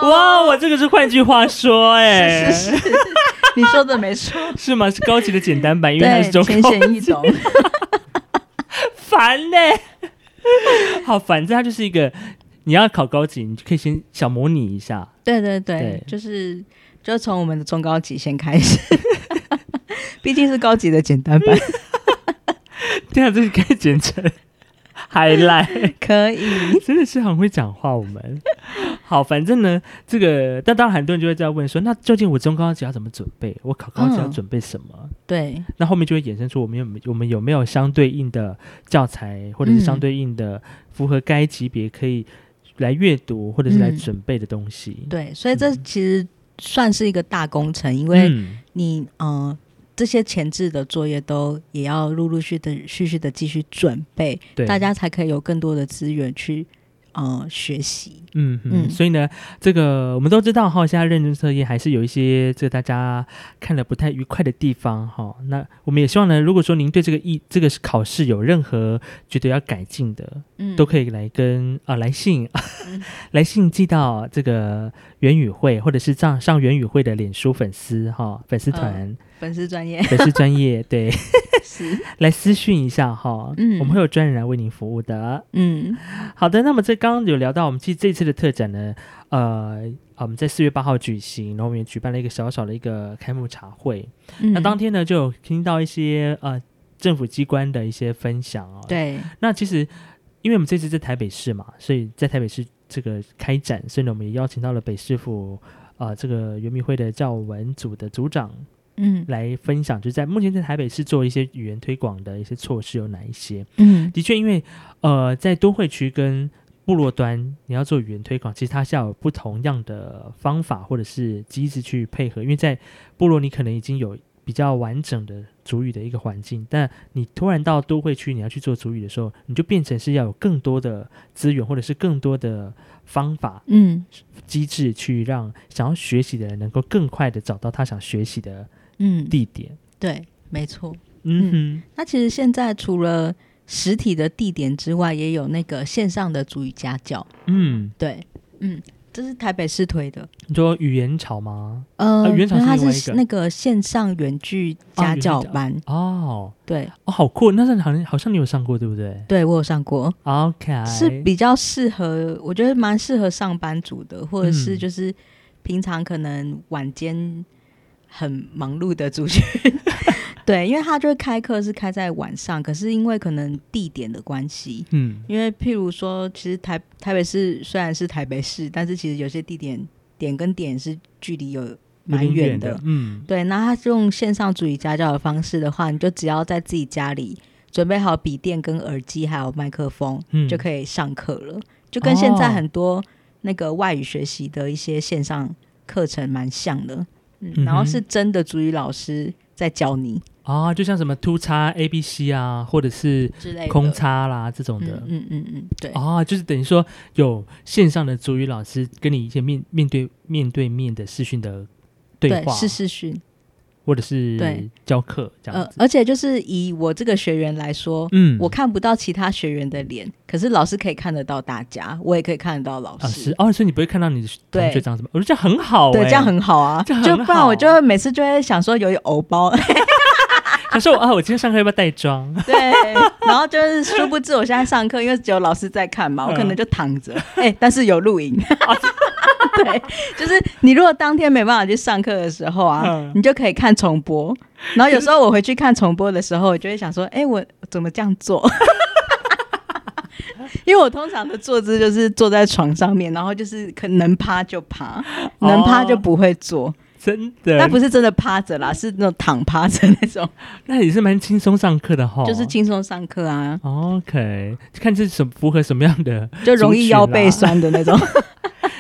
Speaker 1: 哇，我这个是换句话说、哎，
Speaker 2: 哦是是是，你说的没错，
Speaker 1: 是吗？是高级的简单版，因为它
Speaker 2: 对
Speaker 1: 是中，
Speaker 2: 浅
Speaker 1: 高
Speaker 2: 显易懂，
Speaker 1: 烦 呢、好烦，这它就是一个，你要考高级，你就可以先小模拟一下。
Speaker 2: 对对
Speaker 1: 对
Speaker 2: 对，就是就从我们的中高级先开始， 毕竟是高级的简单 版，
Speaker 1: 对啊，这个可以剪 成 highlight，
Speaker 2: 可以，
Speaker 1: 真的是很会讲话。我们好，反正呢，这个，但当然很多人就会在问说，那究竟我中高级要怎么准备？我考高级要
Speaker 2: 嗯
Speaker 1: 准备什么？
Speaker 2: 对
Speaker 1: 那后面就会衍生出我们有没我们有没有相对应的教材，或者是
Speaker 2: 嗯
Speaker 1: 相对应的符合该级别可以来阅读或者是来
Speaker 2: 嗯
Speaker 1: 准备的东西。
Speaker 2: 对，所以这
Speaker 1: 嗯
Speaker 2: 其实算是一个大工程，因为
Speaker 1: 嗯，
Speaker 2: 你呃这些前置的作业都也要陆陆续的续续的继续准备，
Speaker 1: 对，
Speaker 2: 大家才可以有更多的资源去呃学习。
Speaker 1: 嗯嗯，
Speaker 2: 嗯
Speaker 1: 所以呢，这个我们都知道哈，现在认知测验还是有一些这个大家看了不太愉快的地方哈。那我们也希望呢，如果说您对这个议这个考试有任何觉得要改进的，
Speaker 2: 嗯
Speaker 1: 都可以来跟啊、来 信，
Speaker 2: 嗯
Speaker 1: 来信寄到这个元语会，或者是上上元语会的脸书粉丝哈粉丝团、
Speaker 2: 粉丝专业
Speaker 1: 粉丝专业对，
Speaker 2: 是
Speaker 1: 来私讯一下哈，
Speaker 2: 嗯
Speaker 1: 我们会有专人来为您服务的。
Speaker 2: 嗯
Speaker 1: 好的，那么这刚刚有聊到，我们其实这次的特展呢，呃，啊我们在四月八号举行，然后我们也举办了一个小小的一个开幕茶会。
Speaker 2: 嗯
Speaker 1: 那当天呢，就有听到一些呃政府机关的一些分享哦。，
Speaker 2: 对
Speaker 1: 那其实因为我们这次在台北市嘛，所以在台北市这个开展，所以呢，我们也邀请到了北市府。呃，这个圆明会的教文组的组长
Speaker 2: 嗯
Speaker 1: 来分享，就是在目前在台北市做一些语言推广的一些措施有哪一些？
Speaker 2: 嗯
Speaker 1: 的确，因为呃，在都会区跟部落端，你要做语言推广，其实它是要有不同样的方法或者是机制去配合。因为在部落，你可能已经有比较完整的主语的一个环境，但你突然到都会区，你要去做主语的时候，你就变成是要有更多的资源或者是更多的方法
Speaker 2: 嗯
Speaker 1: 机制，去让想要学习的人能够更快的找到他想学习的
Speaker 2: 嗯
Speaker 1: 地点。
Speaker 2: 对，没错。
Speaker 1: 嗯
Speaker 2: 那其实现在除了实体的地点之外，也有那个线上的主语家教，
Speaker 1: 哼，嗯，
Speaker 2: 对，嗯，这是台北市推的。
Speaker 1: 你说语言潮吗？
Speaker 2: 呃，
Speaker 1: 啊原厂是
Speaker 2: 它
Speaker 1: 另外一
Speaker 2: 是
Speaker 1: 个啊
Speaker 2: 那个线上远距家教班，
Speaker 1: 哦，
Speaker 2: 对
Speaker 1: 哦，好酷！那是好像好像你有上过，对不对
Speaker 2: 对，我有上过，
Speaker 1: ？OK，
Speaker 2: 是比较适合，我觉得蛮适合上班族的，或者是
Speaker 1: 嗯
Speaker 2: 就是平常可能晚间很忙碌的族群， 对，因为他就是开课是开在晚上，可是因为可能地点的关系。
Speaker 1: 嗯，
Speaker 2: 因为譬如说，其实台台北市虽然是台北市，但是其实有些地点点跟点是距离有
Speaker 1: 有
Speaker 2: 蛮
Speaker 1: 点
Speaker 2: 远
Speaker 1: 远
Speaker 2: 的，
Speaker 1: 嗯，
Speaker 2: 对，那他是用线上主语家教的方式的话，你就只要在自己家里准备好笔电、跟耳机还有麦克风，
Speaker 1: 嗯哦
Speaker 2: 就可以上课了。就跟现在很多那个外语学习的一些线上课程蛮像的，嗯，然后
Speaker 1: 嗯哼
Speaker 2: 是真的主语老师在教你
Speaker 1: 啊，就像什么 two 叉 A B C 啊，或者是
Speaker 2: 之类的，
Speaker 1: 空叉啦这种的
Speaker 2: 嗯，嗯嗯嗯，对，
Speaker 1: 啊，就是等于说有线上的主语老师跟你一些面面对面对面的视讯的对话，
Speaker 2: 是视讯，
Speaker 1: 或者是
Speaker 2: 对
Speaker 1: 教课这样
Speaker 2: 呃，
Speaker 1: 子。
Speaker 2: 而且就是以我这个学员来说，
Speaker 1: 嗯，
Speaker 2: 我看不到其他学员的脸，可是老师可以看得到大家，我也可以看得到老
Speaker 1: 啊
Speaker 2: 师。
Speaker 1: 是哦，所以你不会看到你的同学
Speaker 2: 对
Speaker 1: 长什么，我觉得这样很好、欸，
Speaker 2: 对，这样。很好啊，
Speaker 1: 这很
Speaker 2: 就不然
Speaker 1: 好
Speaker 2: 我就会每次就会想说有一偶包，
Speaker 1: 他说啊，我今天上课要不要带妆？
Speaker 2: 对，然后就是殊不知我现在上课，因为只有老师在看嘛，我可能就躺着，哎、但是有录影。 对，就是你如果当天没办法去上课的时候啊，
Speaker 1: 嗯
Speaker 2: 你就可以看重播。然后有时候我回去看重播的时候，我就会想说，哎、我怎么这样做？ 因为我通常的坐姿就是坐在床上面，然后就是可能趴就趴，能趴就不会坐。
Speaker 1: 真的？
Speaker 2: 那不
Speaker 1: 是，
Speaker 2: 是真的趴着啦，是那种躺趴着那种，
Speaker 1: 那也是蛮轻松上课的哈。
Speaker 2: 就是轻松上课啊。
Speaker 1: OK，看这是什么符合什么样的，
Speaker 2: 就容易腰背酸的那种，
Speaker 1: 啊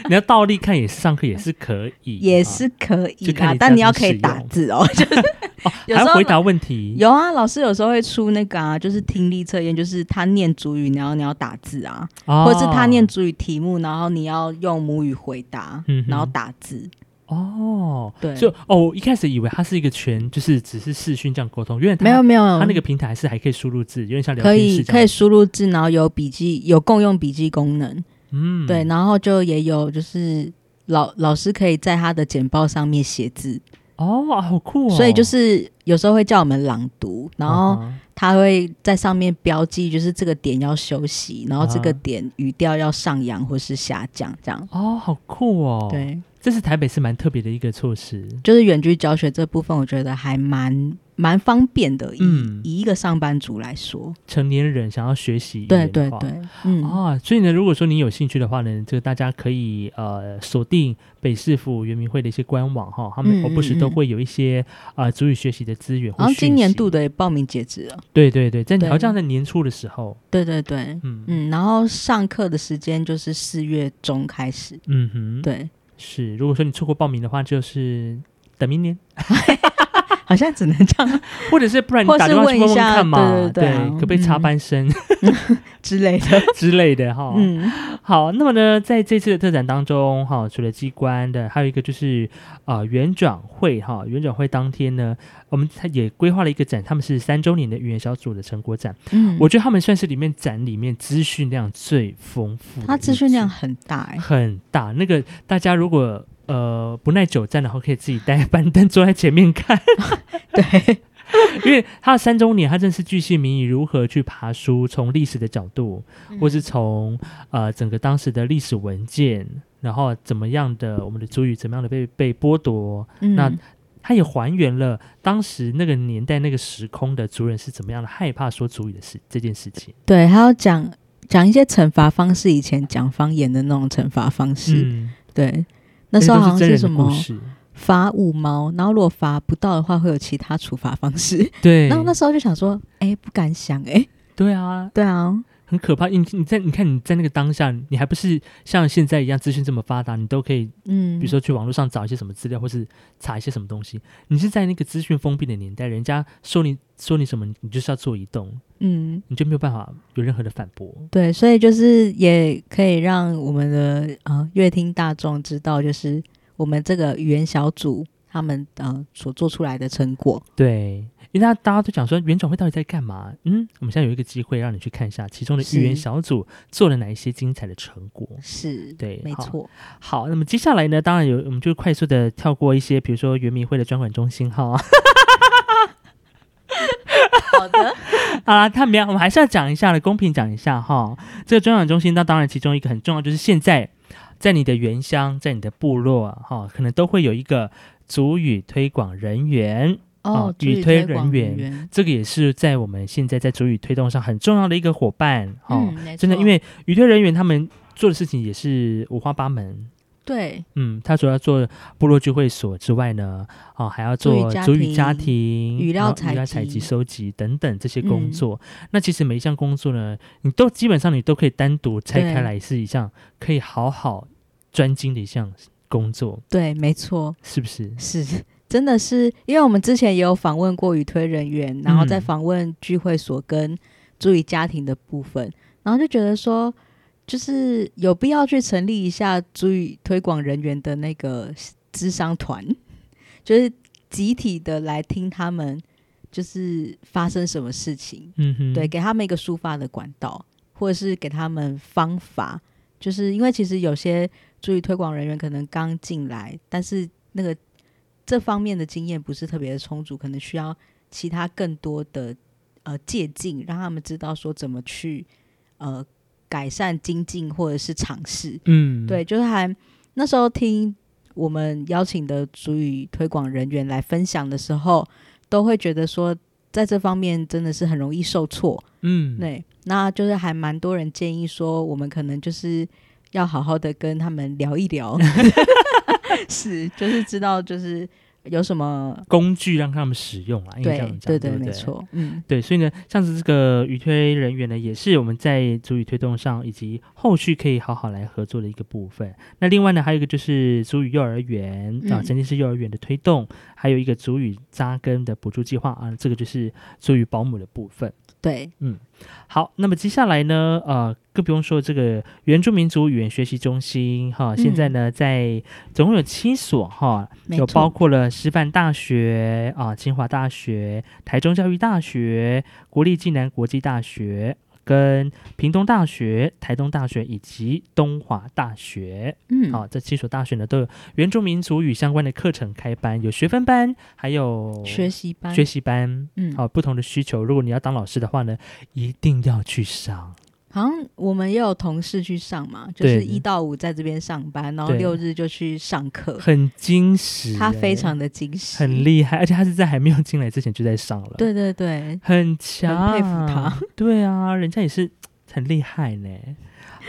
Speaker 1: 你要倒立看也是上课也是可以，
Speaker 2: 也是可以
Speaker 1: 啊就看
Speaker 2: 啦
Speaker 1: 你。
Speaker 2: 但你
Speaker 1: 家
Speaker 2: 要
Speaker 1: 怎么
Speaker 2: 可以
Speaker 1: 使
Speaker 2: 打
Speaker 1: 用
Speaker 2: 字哦，就是
Speaker 1: 啊，哦
Speaker 2: 有
Speaker 1: 还
Speaker 2: 时
Speaker 1: 要
Speaker 2: 候
Speaker 1: 回答问题。
Speaker 2: 有啊，老师有时候会出那个啊，就是听力测验，就是他念主语，然后你要打字啊，
Speaker 1: 哦
Speaker 2: 或者是他念主语题目，然后你要用母语回答，
Speaker 1: 嗯哼
Speaker 2: 然后打字。
Speaker 1: 哦，
Speaker 2: 对，
Speaker 1: 就哦，我一开始以为它是一个全，就是只是视讯这样沟通，因为它
Speaker 2: 没有没有，
Speaker 1: 它那个平台是还可以输入字，有点像聊
Speaker 2: 可
Speaker 1: 天
Speaker 2: 以
Speaker 1: 室这
Speaker 2: 可以
Speaker 1: 样。
Speaker 2: 输入字，然后有笔记，有共用笔记功能。
Speaker 1: 嗯，
Speaker 2: 对，然后就也有就是。老老师可以在他的简报上面写字，
Speaker 1: 哦，啊好酷哦！
Speaker 2: 所以就是哦有时候会叫我们朗读，然后
Speaker 1: 嗯哼
Speaker 2: 他会在上面标记，就是这个点要休息，然后这
Speaker 1: 啊
Speaker 2: 个点语调要上扬或是下降，这样。
Speaker 1: 哦，好酷哦！，
Speaker 2: 对，
Speaker 1: 这是台北市蛮特别的一个措施。
Speaker 2: 就是远距教学这部分，我觉得还蛮蛮方便的。以、
Speaker 1: 嗯
Speaker 2: 以一个上班族来说，
Speaker 1: 成年人想要学习语
Speaker 2: 对
Speaker 1: 言的
Speaker 2: 对
Speaker 1: 话
Speaker 2: 对，嗯，
Speaker 1: 哦，所以呢，如果说你有兴趣的话呢，这个大家可以呃锁定北市府圆明会的一些官网哈，他们
Speaker 2: 嗯
Speaker 1: 我不时都
Speaker 2: 嗯嗯
Speaker 1: 会有一些啊、呃、足语学习的资源或
Speaker 2: 然后今
Speaker 1: 讯
Speaker 2: 年
Speaker 1: 息
Speaker 2: 度的也报名截止了。
Speaker 1: 对对对，在
Speaker 2: 对
Speaker 1: 好像在年初的时候，
Speaker 2: 对对对，
Speaker 1: 嗯嗯
Speaker 2: 嗯，然后上课的时间就是四月中开始。
Speaker 1: 嗯哼，，
Speaker 2: 对，
Speaker 1: 是。如果说你错过报名的话，就是等明年，
Speaker 2: 好像只能这样
Speaker 1: 或者是不然你
Speaker 2: 或
Speaker 1: 打
Speaker 2: 是
Speaker 1: 电话
Speaker 2: 问
Speaker 1: 去
Speaker 2: 一
Speaker 1: 问
Speaker 2: 下
Speaker 1: 看嘛，
Speaker 2: 对对对啊
Speaker 1: 可不可以插
Speaker 2: 嗯
Speaker 1: 班生、
Speaker 2: 之类的。
Speaker 1: 之类的哈？
Speaker 2: 嗯，
Speaker 1: 好，那么呢，在这次的特展当中，哈，除了机关的，还有一个就是啊园转会哈，园转会当天呢，我们它也规划了一个展，他们是三周年的语言小组的成果展，
Speaker 2: 嗯
Speaker 1: 我觉得他们算是里面展里面资讯量最丰富的一组，
Speaker 2: 他资讯量很大 哎、
Speaker 1: 很大，那个大家如果呃不耐久站，然后可以自己带板凳坐在前面看，
Speaker 2: 对，
Speaker 1: 因为他的三周年，他正是巨细靡遗如何去爬书，从历史的角度，或
Speaker 2: 嗯
Speaker 1: 是从呃整个当时的历史文件，然后怎么样的我们的主语怎么样的被被剥夺，
Speaker 2: 嗯
Speaker 1: 那他也还原了当时那个年代那个时空的族人是怎么样的害怕说主语的事这件事情。
Speaker 2: 对，还要讲讲一些惩罚方式，以前讲方言的那种惩罚方式。
Speaker 1: 嗯，
Speaker 2: 对，那
Speaker 1: 那
Speaker 2: 时候好像
Speaker 1: 真
Speaker 2: 是
Speaker 1: 人
Speaker 2: 什
Speaker 1: 的故
Speaker 2: 么
Speaker 1: 事，
Speaker 2: 罚五毛，然后如果罚不到的话，会有其他处罚方式。
Speaker 1: 对，
Speaker 2: 然后那时候就想说，哎、不敢想、哎，
Speaker 1: 对啊，
Speaker 2: 对啊，
Speaker 1: 很可怕。你你在你看你在那个当下，你还不是像现在一样资讯这么发达，你都可以，
Speaker 2: 嗯，
Speaker 1: 比如说去网络上找一些什么资料，或是查一些什么东西。你是在那个资讯封闭的年代，人家说你说你什么，你就是要做移动，
Speaker 2: 嗯，
Speaker 1: 你就没有办法有任何的反驳。
Speaker 2: 对，所以就是也可以让我们的呃乐听大众知道，就是我们这个语言小组他们呃所做出来的成果。
Speaker 1: 对，因为大家大家都讲说原转会到底在干嘛？嗯，我们现在有一个机会让你去看一下其中的
Speaker 2: 是
Speaker 1: 预言小组做了哪一些精彩的成果。
Speaker 2: 是，
Speaker 1: 对，
Speaker 2: 没
Speaker 1: 好
Speaker 2: 错，
Speaker 1: 好，那么接下来呢，当然有，我们就快速的跳过一些，比如说圆明会的专管中心哈。
Speaker 2: 好的，
Speaker 1: 好啦，他没有，我们还是要讲一下的，公平讲一下哈。这个专访中心，那当然其中一个很重要，就是现在在你的原乡，在你的部落哈，可能都会有一个族语推广人员。好
Speaker 2: 哦，助
Speaker 1: 语
Speaker 2: 理
Speaker 1: 推人
Speaker 2: 广
Speaker 1: 员
Speaker 2: 员
Speaker 1: 这个也是在我们现在在主语推动上很重要的一个伙伴哈、
Speaker 2: 嗯没
Speaker 1: 真的，
Speaker 2: 错
Speaker 1: 因为语推人员他们做的事情也是五花八门，
Speaker 2: 对，
Speaker 1: 嗯，他除了做部落聚会所之外呢，哦，还要
Speaker 2: 助语
Speaker 1: 做
Speaker 2: 家
Speaker 1: 主语家
Speaker 2: 庭
Speaker 1: 庭、
Speaker 2: 语料
Speaker 1: 然后
Speaker 2: 采
Speaker 1: 语料采集、
Speaker 2: 集
Speaker 1: 收集等等这些工
Speaker 2: 嗯
Speaker 1: 作。那其实每一项工作呢，你都基本上你都可以单独拆开
Speaker 2: 对
Speaker 1: 来，是一项可以好好专精的一项工作，
Speaker 2: 对，没错，
Speaker 1: 是不是？
Speaker 2: 是真的是，因为我们之前也有访问过语推人员，然后再
Speaker 1: 嗯
Speaker 2: 访问聚会所跟注意家庭的部分，然后就觉得说，就是有必要去成 立一下注意推广人员的那个智商团，就是集体的来听他们就是发生什么事情，
Speaker 1: 嗯哼，
Speaker 2: 对，，给他们一个抒发的管道，或者是给他们方法，就是因为其实有些助理推广人员可能刚进来，但是那个这方面的经验不是特别的充足，可能需要其他更多的呃借鉴，让他们知道说怎么去呃改善、精进或者是尝试。
Speaker 1: 嗯，
Speaker 2: 对，，就是还那时候听我们邀请的主语推广人员来分享的时候，都会觉得说，在这方面真的是很容易受挫。
Speaker 1: 嗯，
Speaker 2: 对，那就是还蛮多人建议说，我们可能就是要好好的跟他们聊 一聊， 是，就是知道就是有什么。
Speaker 1: 工具让他们使用啦，应该这样讲，
Speaker 2: 对对
Speaker 1: 对不
Speaker 2: 没错，嗯，
Speaker 1: 对，所以呢，像是这个语推人员呢，也是我们在足语推动上以及后续可以好好来合作的一个部分。那另外呢，还有一个就是足语幼儿园、啊，
Speaker 2: 嗯
Speaker 1: 沉浸式幼儿园的推动，还有一个足语扎根的补助计划啊，这个就是足语保姆的部分。
Speaker 2: 对，
Speaker 1: 好，那么接下来呢，呃，更不用说这个原住民族语言学习中心哈，现在呢，在总共有七所哈，
Speaker 2: 没
Speaker 1: 有包
Speaker 2: 错，
Speaker 1: 括了师范大学啊、清华大学、台中教育大学、国立暨南国际大学、跟屏东大学、台东大学以及东华大学
Speaker 2: 嗯，
Speaker 1: 啊，这七所大学呢都有原住民族语相关的课程开班，有学分班，还有
Speaker 2: 学习班，
Speaker 1: 学习班。
Speaker 2: 嗯，
Speaker 1: 好、不同的需求，如果你要当老师的话呢，一定要去上。
Speaker 2: 好像我们也有同事去上嘛，就是
Speaker 1: 对
Speaker 2: 一到五在这边上班，然后
Speaker 1: 对
Speaker 2: 六日就去上课，
Speaker 1: 很惊喜欸，
Speaker 2: 他非常的惊喜，
Speaker 1: 很厉害，而且他是在还没有进来之前就在上了，，
Speaker 2: 对对对，
Speaker 1: 很强，
Speaker 2: 很佩服他。
Speaker 1: 对啊，人家也是很厉害呢。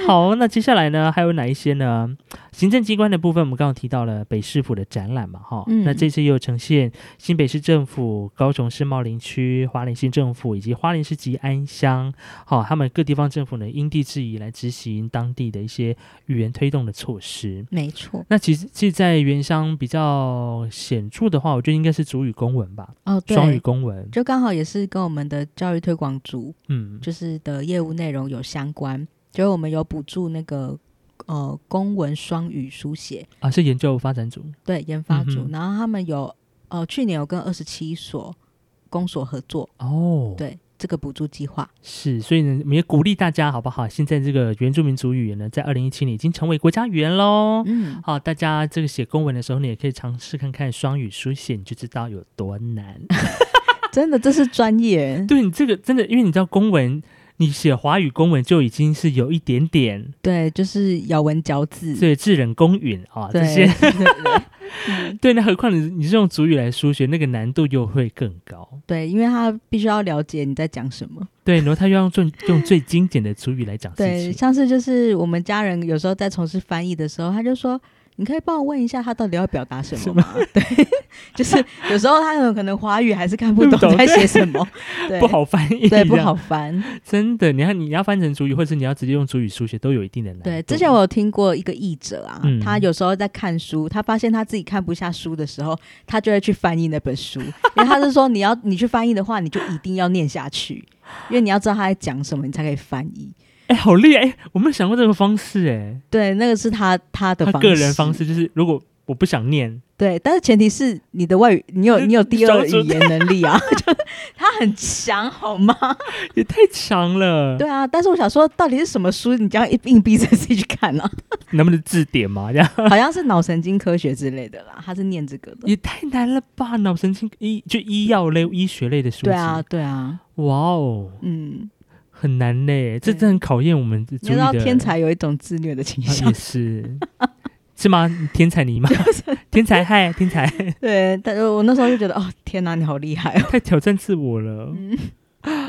Speaker 1: 好，那接下来呢，还有哪一些呢？行政机关的部分，我们刚刚提到了北市府的展览嘛，哈、
Speaker 2: 嗯
Speaker 1: 那这次又呈现新北市政府、高雄市茂林区、花莲县政府以及花莲市及安乡，好、他们各地方政府呢因地制宜来执行当地的一些语言推动的措施。
Speaker 2: 没错，
Speaker 1: 那其实，其实在原乡比较显著的话，我觉得应该是主语公文吧，
Speaker 2: 哦，
Speaker 1: 双语
Speaker 2: 对，
Speaker 1: 公文。
Speaker 2: 就刚好也是跟我们的教育推广组
Speaker 1: 嗯，
Speaker 2: 就是的业务内容有相关，就是我们有补助那个呃公文双语书写，
Speaker 1: 啊，是研究发展组。
Speaker 2: 对研发组，
Speaker 1: 嗯哼
Speaker 2: 然后他们有呃去年有跟二十七所公所合作，
Speaker 1: 哦，，
Speaker 2: 对这个补助计划，
Speaker 1: 是，所以呢，我们也鼓励大家，好不好？现在这个原住民族语言呢，在二零一七年已经成为国家语言喽。
Speaker 2: 嗯，
Speaker 1: 好，大家这个写公文的时候，你也可以尝试看看双语书写，你就知道有多难。
Speaker 2: 真的这是专业，
Speaker 1: 对你这个真的，因为你知道公文，你写华语公文就已经是有一点点
Speaker 2: 对，就是咬文嚼字，
Speaker 1: 对智人公允啊这
Speaker 2: 对
Speaker 1: 些
Speaker 2: 对对对
Speaker 1: 对，那何况你你是用主语来书写，那个难度又会更高。
Speaker 2: 对，因为他必须要了解你在讲什么。
Speaker 1: 对，然后他又要用最用最经典的主语来讲
Speaker 2: 对，
Speaker 1: 事情。
Speaker 2: 上次就是我们家人有时候在从事翻译的时候，他就说：“你可以帮我问一下，他到底要表达什么吗？”对， 就是有时候他有可能华语还是看 不
Speaker 1: 看不懂
Speaker 2: 懂在写什么，对，
Speaker 1: 不，好翻译，
Speaker 2: 对，不
Speaker 1: 这样
Speaker 2: 好，翻。
Speaker 1: 真的，你看你要翻成主语，或者是你要直接用主语书写，都有一定的难度。
Speaker 2: 对，之前我有听过一个译者啊，
Speaker 1: 哎嗯
Speaker 2: 他有时候在看书，他发现他自己看不下书的时候，他就会去翻译那本书， 因为他是说你要你去翻译的话，你就一定要念下去，因为你要知道他在讲什么，你才可以翻译。
Speaker 1: 哎、好厉害！哎、我没有想过这个方式、哎，
Speaker 2: 对，那个是他他的
Speaker 1: 他
Speaker 2: 方
Speaker 1: 个人方式就是，如果我不想念，
Speaker 2: 对，但是前提是你的外语，你有你有第二
Speaker 1: 少数
Speaker 2: 语言能力 啊，就他很强，好吗？
Speaker 1: 也太长了。
Speaker 2: 对啊，但是我想说，到底是什么书？你这样一硬逼着自己去看啊？
Speaker 1: 能不能字典嘛？这样
Speaker 2: 好像是脑神经科学之类的啦，他是念这个的。
Speaker 1: 也太难了吧？脑神经医就医药类、医学类的书籍，
Speaker 2: 对啊，，对啊，
Speaker 1: 哇哦，
Speaker 2: 嗯，
Speaker 1: 很难嘞，这
Speaker 2: 对
Speaker 1: 真的很考验我们主语
Speaker 2: 你知道
Speaker 1: 的
Speaker 2: 天才有一种自虐的倾
Speaker 1: 啊
Speaker 2: 向
Speaker 1: 也，是， 是吗？天才 你吗？天才嗨，天才
Speaker 2: 对，但是我那时候就觉得，哦，天哪，你好厉 害哦，
Speaker 1: 太挑战自我了。嗯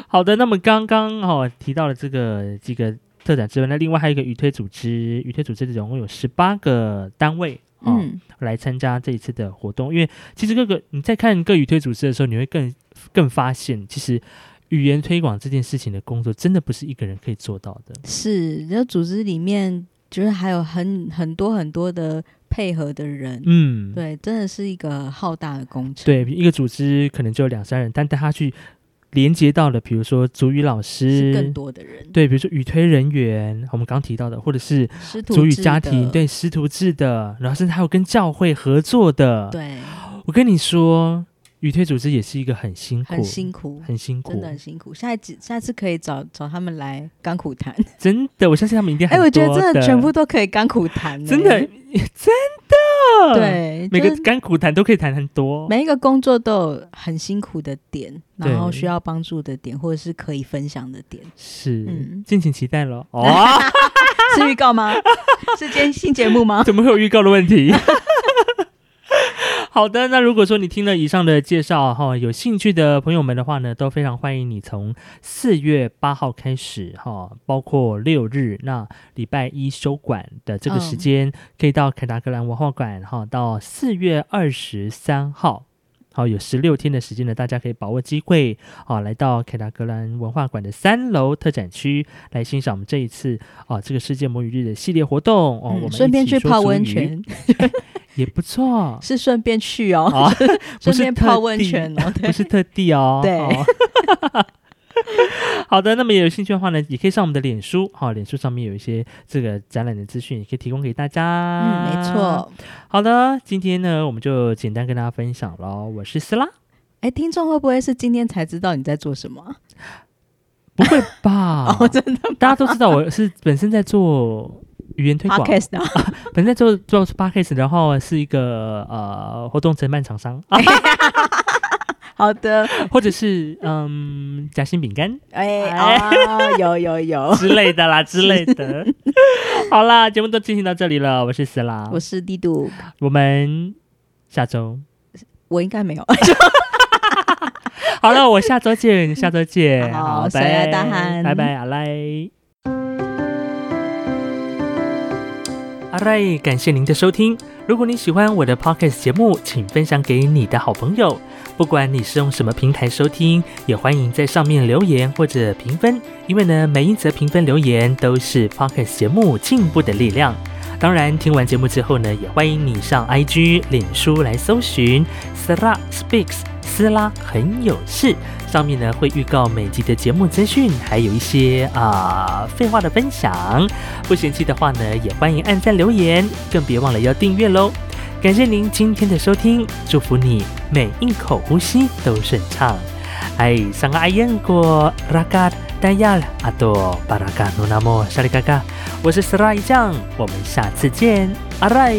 Speaker 1: 好的，那么刚刚哦提到了这个几个特展之外，那另外还有一个语推组织，语推组织总共有十八个单位。哦、
Speaker 2: 嗯，
Speaker 1: 来参加这一次的活动，因为其实各个你在看各语推组织的时候，你会更更发现，其实语言推广这件事情的工作，真的不是一个人可以做到的。
Speaker 2: 是，然后组织里面就是还有很很多很多的配合的人，
Speaker 1: 嗯，
Speaker 2: 对，真的是一个浩大的工程。
Speaker 1: 对，一个组织可能就有两三人，但但他去连接到了，比如说主语老
Speaker 2: 是更
Speaker 1: 师，
Speaker 2: 多的人，
Speaker 1: 对，比如说语推人员，我们刚提到的，或者是
Speaker 2: 师徒
Speaker 1: 主语
Speaker 2: 制
Speaker 1: 家
Speaker 2: 的
Speaker 1: 庭，对，师徒制的，然后甚至还有跟教会合作的，
Speaker 2: 对，
Speaker 1: 我跟你说，语推组织也是一个很辛苦、
Speaker 2: 很辛苦，
Speaker 1: 很辛苦
Speaker 2: 真的很辛苦。下一集下次可以找找他们来甘 苦谈。
Speaker 1: 真的，我相信他们一定
Speaker 2: 哎、
Speaker 1: 很多
Speaker 2: 我觉得真
Speaker 1: 的
Speaker 2: 的全部都可以甘苦谈、欸，
Speaker 1: 真的真的，，
Speaker 2: 对，
Speaker 1: 每个
Speaker 2: 就是
Speaker 1: 甘苦谈都可以谈很多，
Speaker 2: 每一个工作都有很辛苦的点，
Speaker 1: 对
Speaker 2: 然后需要帮助的点，或者是可以分享的 点。
Speaker 1: 是
Speaker 2: 嗯
Speaker 1: 敬请期待 了哦。
Speaker 2: 是预告吗？是今天新节目吗？
Speaker 1: 怎么会有预告的问题？ 好的，那如果说你听了以上的介绍哈、有兴趣的朋友们的话呢，都非常欢迎你从四月八号开始哈、包括六日，那礼拜一休馆的这个时间，可以到凯达格兰文化馆哈、到四月二十三号。好，有十六天的时间呢，大家可以把握机会，好、啊来到凯达格兰文化馆的三楼特展区来欣赏我们这一次哦这个世界母语日的系列活动 哦，我们一
Speaker 2: 嗯，
Speaker 1: 起
Speaker 2: 顺便去
Speaker 1: 说
Speaker 2: 泡
Speaker 1: 族
Speaker 2: 温
Speaker 1: 语
Speaker 2: 泉，
Speaker 1: 也不 错
Speaker 2: 是顺便去哦，
Speaker 1: 啊，不
Speaker 2: 顺
Speaker 1: 是
Speaker 2: 便
Speaker 1: 特
Speaker 2: 泡温
Speaker 1: 地
Speaker 2: 泉哦。
Speaker 1: 不是特地哦。
Speaker 2: 对
Speaker 1: 哦 好的，那么有兴趣的话呢，也可以上我们的脸书，好、脸书上面有一些这个展览的资讯，也可以提供给大家。
Speaker 2: 嗯，没。
Speaker 1: 啊
Speaker 2: 错。
Speaker 1: 好的，今天呢，我们就简单跟大家分享喽。我是斯拉，
Speaker 2: 哎，听众会不会是今天才知道你在做什么啊？
Speaker 1: 不会吧？
Speaker 2: 哦，真的
Speaker 1: 大家都知道我是本身在做语言推广，
Speaker 2: podcast 啊，
Speaker 1: 本身在做做 podcast，然后是一个呃活动承办厂 商啊，
Speaker 2: 好的，
Speaker 1: 或者是嗯夹心饼干。
Speaker 2: 哎
Speaker 1: 哎
Speaker 2: 啊，有有有，
Speaker 1: 之类的啦，之类的。好啦，节目都进行到这里了，我是死啦，
Speaker 2: 我是帝度，
Speaker 1: 我们下周
Speaker 2: 我应该没有。
Speaker 1: 好了，我下周见，下周见，
Speaker 2: 好
Speaker 1: 好，
Speaker 2: 随
Speaker 1: 拜
Speaker 2: 爱大喊
Speaker 1: 拜拜，阿赖。阿赖，感谢您的收听。如果你喜欢我的 podcast 节目，请分享给你的好朋友。不管你是用什么平台收听，也欢迎在上面留言或者评分，因为呢，每一则评分留言都是 podcast 节目进步的力量。当然，听完节目之后呢，也欢迎你上 IG、脸书来搜寻 Sara Speaks 斯拉很有事，上面呢会预告每集的节目资讯，还有一些啊、废话的分享。不嫌弃的话呢，也欢迎按赞留言，更别忘了要订阅喽。感谢您今天的收听，祝福你每一口呼吸都顺畅。哎，上个爱燕过拉嘎丹亚了阿多巴拉嘎努那莫沙里嘎嘎，我是斯拉一酱，我们下次见，阿赖。